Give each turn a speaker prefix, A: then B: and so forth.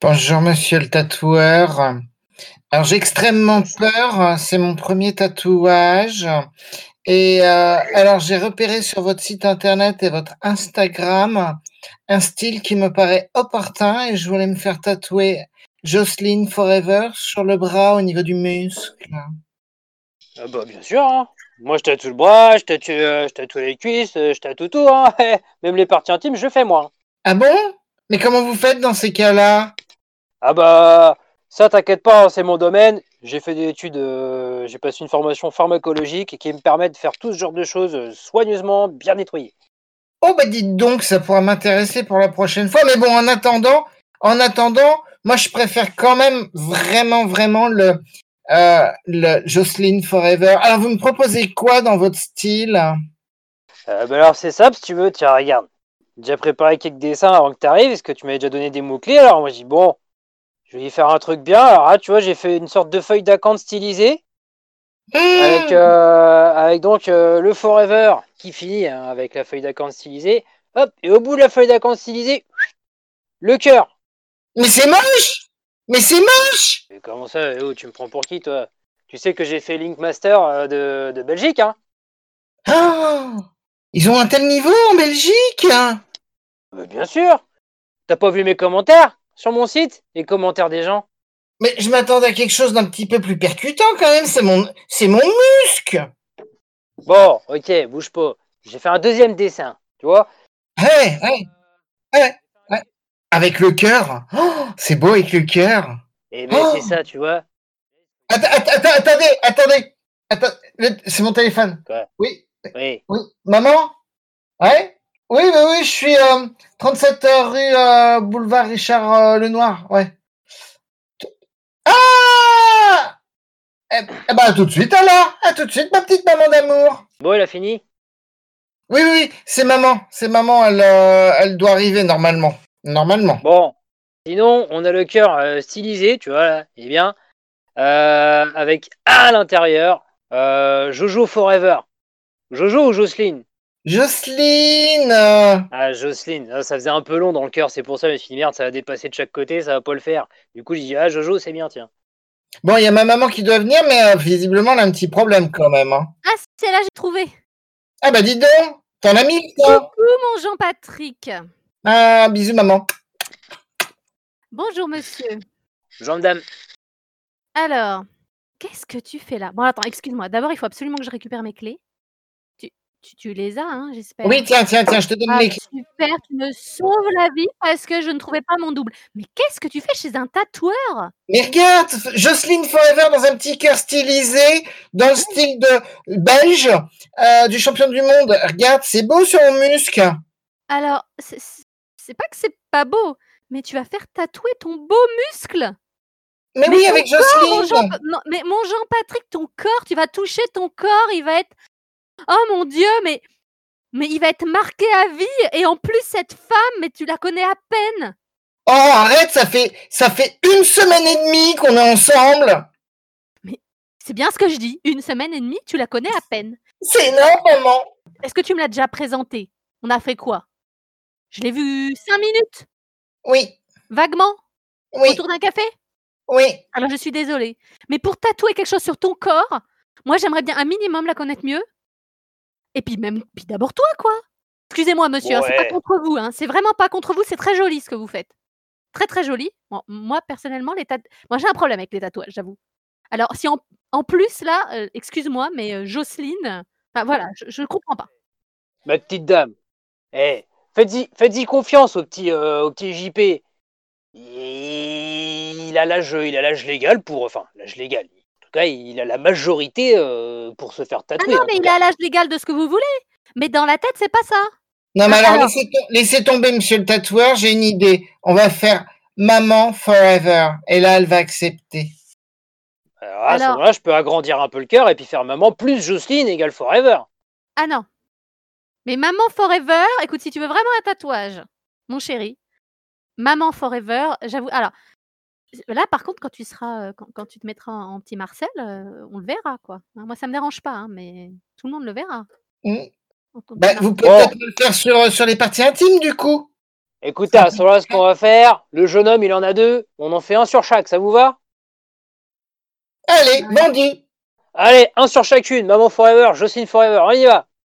A: Bonjour monsieur le tatoueur. Alors j'ai extrêmement peur, c'est mon 1er tatouage et heu, alors j'ai repéré sur votre site internet et votre Instagram un style qui me paraît opportun et je voulais me faire tatouer Jocelyn Forever sur le bras au niveau du muscle.
B: Ah bah, bien sûr, hein. Moi, je tatoue le bras, je tatoue, heu, je tatoue les cuisses, heu, je tatoue tout, hein, eh, même les parties intimes, je fais, moi, hein.
A: Ah bon? Mais comment vous faites dans ces cas-là?
B: Ah bah, ça t'inquiète pas, hein, c'est mon domaine. J'ai fait des études, heu, j'ai passé une formation pharmacologique qui me permet de faire tout ce genre de choses, heu, soigneusement, bien nettoyées.
A: Oh bah, dites donc, ça pourra m'intéresser pour la prochaine fois, mais bon, en attendant en attendant, moi je préfère quand même vraiment, vraiment le, heu, le Jocelyn Forever. Alors vous me proposez quoi dans votre style?
B: Heu, bah, alors c'est simple, si tu veux, tiens, regarde. Déjà préparé quelques dessins avant que tu arrives, parce que tu m'avais déjà donné des mots-clés, alors moi, j'ai dit: «Bon, je vais y faire un truc bien». Alors là, tu vois, j'ai fait une sorte de feuille d'acanthe stylisée avec, euh, heu,
A: Mmh!
B: avec donc, heu, le Forever qui finit, hein, avec la feuille d'acanthe stylisée. Hop et au bout de la feuille d'acanthe stylisée, le cœur.
A: Mais c'est moche! Mais c'est moche!
B: Mais comment ça? Eh oh, tu me prends pour qui, toi? Tu sais que j'ai fait Link Master, heu, de de Belgique, hein?
A: Ah! Ils ont un tel niveau en Belgique?
B: Mais bien sûr! T'as pas vu mes commentaires sur mon site? Les commentaires des gens?
A: Mais je m'attendais à quelque chose d'un petit peu plus percutant quand même, c'est mon c'est mon muscle!
B: Bon, OK, bouge pas. J'ai fait un 2e dessin, tu vois?
A: Ouais, ouais. Ouais,
B: J'ai fait un
A: ouais.
B: dessin
A: Avec le cœur. Oh, C'est beau avec le cœur.
B: Eh beh, c'est ça, tu vois?
A: Atte atte atte attendez, attendez, atten le c'est mon téléphone.
B: Quoi?
A: Oui, oui,
B: Oui.
A: oui. Maman? Ouais? Oui, oui, oui, je suis, hem, 37, heu, rue, heu, boulevard Richard, heu, Lenoir, ouais. T ah! Eh b eh ben, à tout de suite alors! À tout de suite ma petite maman d'amour!
B: Bon, il a fini?
A: Oui, oui, oui, c'est maman, c'est maman, elle, heu, elle doit arriver normalement, normalement.
B: Bon, sinon, on a le cœur, heu, stylisé, tu vois, là? Il est bien. Heu, avec à l'intérieur, heu, Jojo Forever. Jojo ou Jocelyn?
A: Jocelyn, heu
B: Ah, Jocelyn, ah, ça faisait un peu long dans le cœur, c'est pour ça, je me suis dit: «Merde, ça va dépasser de chaque côté, ça va pas le faire». Du coup, j'ai dit: «Ah, Jojo, c'est bien, tiens».
A: Bon, il y a ma maman qui doit venir, mais heu, visiblement, elle a un petit problème quand même, hein.
C: Ah, c'est là, j'ai trouvé.
A: Ah bah, dis donc! Tu en as mis, toi?
C: Coucou mon Jean-Patrick.
A: Ah, bisous maman.
C: Bonjour monsieur.
B: Jean dame.
C: Alors, qu'est-ce que tu fais là? Bon, attends, excuse-moi, d'abord, il faut absolument que je récupère mes clés. Tu tu tu les as, hein, j'espère?
A: Oui, tiens, tiens, tiens, je te donne
C: Ah,
A: mes clés.
C: super, tu me sauves la vie parce que je ne trouvais pas mon double. Mais qu'est-ce que tu fais chez un tatoueur?
A: Mais regarde, f Jocelyn Forever dans un petit cœur stylisé, dans le
C: Oui.
A: style de belge, heu, du champion du monde. Regarde, c'est beau sur mon muscle.
C: Alors, c'est c'est c'est pas que c'est pas beau, mais tu vas faire tatouer ton beau muscle!
A: Mais
C: Mais
A: oui,
C: ton
A: avec
C: corps, mon Jean
A: Jocelyn!
C: pa non, mais mon Jean-Patrick, ton corps, tu vas toucher ton corps, il va être oh mon Dieu, mais mais il va être marqué à vie et en plus, cette femme, mais tu la connais à peine!
A: Oh arrête, ça fait ça fait 1 semaine et demie qu'on est ensemble!
C: Mais c'est bien ce que je dis, 1 semaine et demie, tu la connais à peine.
A: C'est énorme, maman!
C: Est-ce que tu me l'as déjà présentée? On a fait quoi? Je l'ai vue 5 minutes?
A: Oui.
C: Vaguement?
A: Oui.
C: Autour d'un café?
A: Oui.
C: Alors je suis désolée, mais pour tatouer quelque chose sur ton corps, moi, j'aimerais bien un minimum la connaître mieux et puis même puis d'abord toi, quoi! Excusez-moi monsieur, hein, c'est pas
B: Ouais.
C: contre vous, hein, c'est vraiment pas contre vous, c'est très joli ce que vous faites. Très, très joli. Bon, moi, personnellement, les tat moi, j'ai un problème avec les tatouages, j'avoue. Alors si en en plus là, heu, excuse-moi, mais heu, Jocelyn, heu, enfin voilà, je je comprends pas.
B: Ma petite dame, eh, faites-y faites-y confiance au petit, heu, au petit JP. Il a l'âge, heu, il a l'âge légal pour enfin, l'âge légal. En tout cas, il a la majorité, heu, pour se faire
C: Ah
B: tatouer,
C: non,
B: en
C: mais
B: tout
C: il a
B: cas.
C: l'âge légal de ce que vous voulez, mais dans la tête, c'est pas ça.
A: Non, mais
C: Hein,
A: alors
C: alors
A: laissez to laissez tomber monsieur le tatoueur, j'ai une idée. On va faire maman Forever et là, elle va accepter.
B: Alors là, euh, à ce
C: Alors
B: moment-là, je peux agrandir un peu le cœur et puis faire maman plus Jocelyn égale Forever.
C: Ah non. Mais maman Forever, écoute, si tu veux vraiment un tatouage, mon chéri, maman Forever, j'avoue alors z là, par contre, quand tu seras, heu, quand quand tu te mettras en petit Marcel, heu, on le verra, quoi, hein. Moi, ça me dérange pas, hein, mais tout le monde le verra.
A: Mmh.
C: En ton
A: Bah,
C: petit
A: vous
C: Marcel.
A: peut-être
B: Bon.
A: me le faire sur, heu, sur les parties intimes, du coup?
B: Écoutez, à ce moment-là, ce qu'on va faire, le jeune homme, il en a deux. On en fait un sur chaque, ça vous va
A: Allez, bandit
B: Allez, un sur chacune. Maman Forever, Jocelyne Forever, on y va.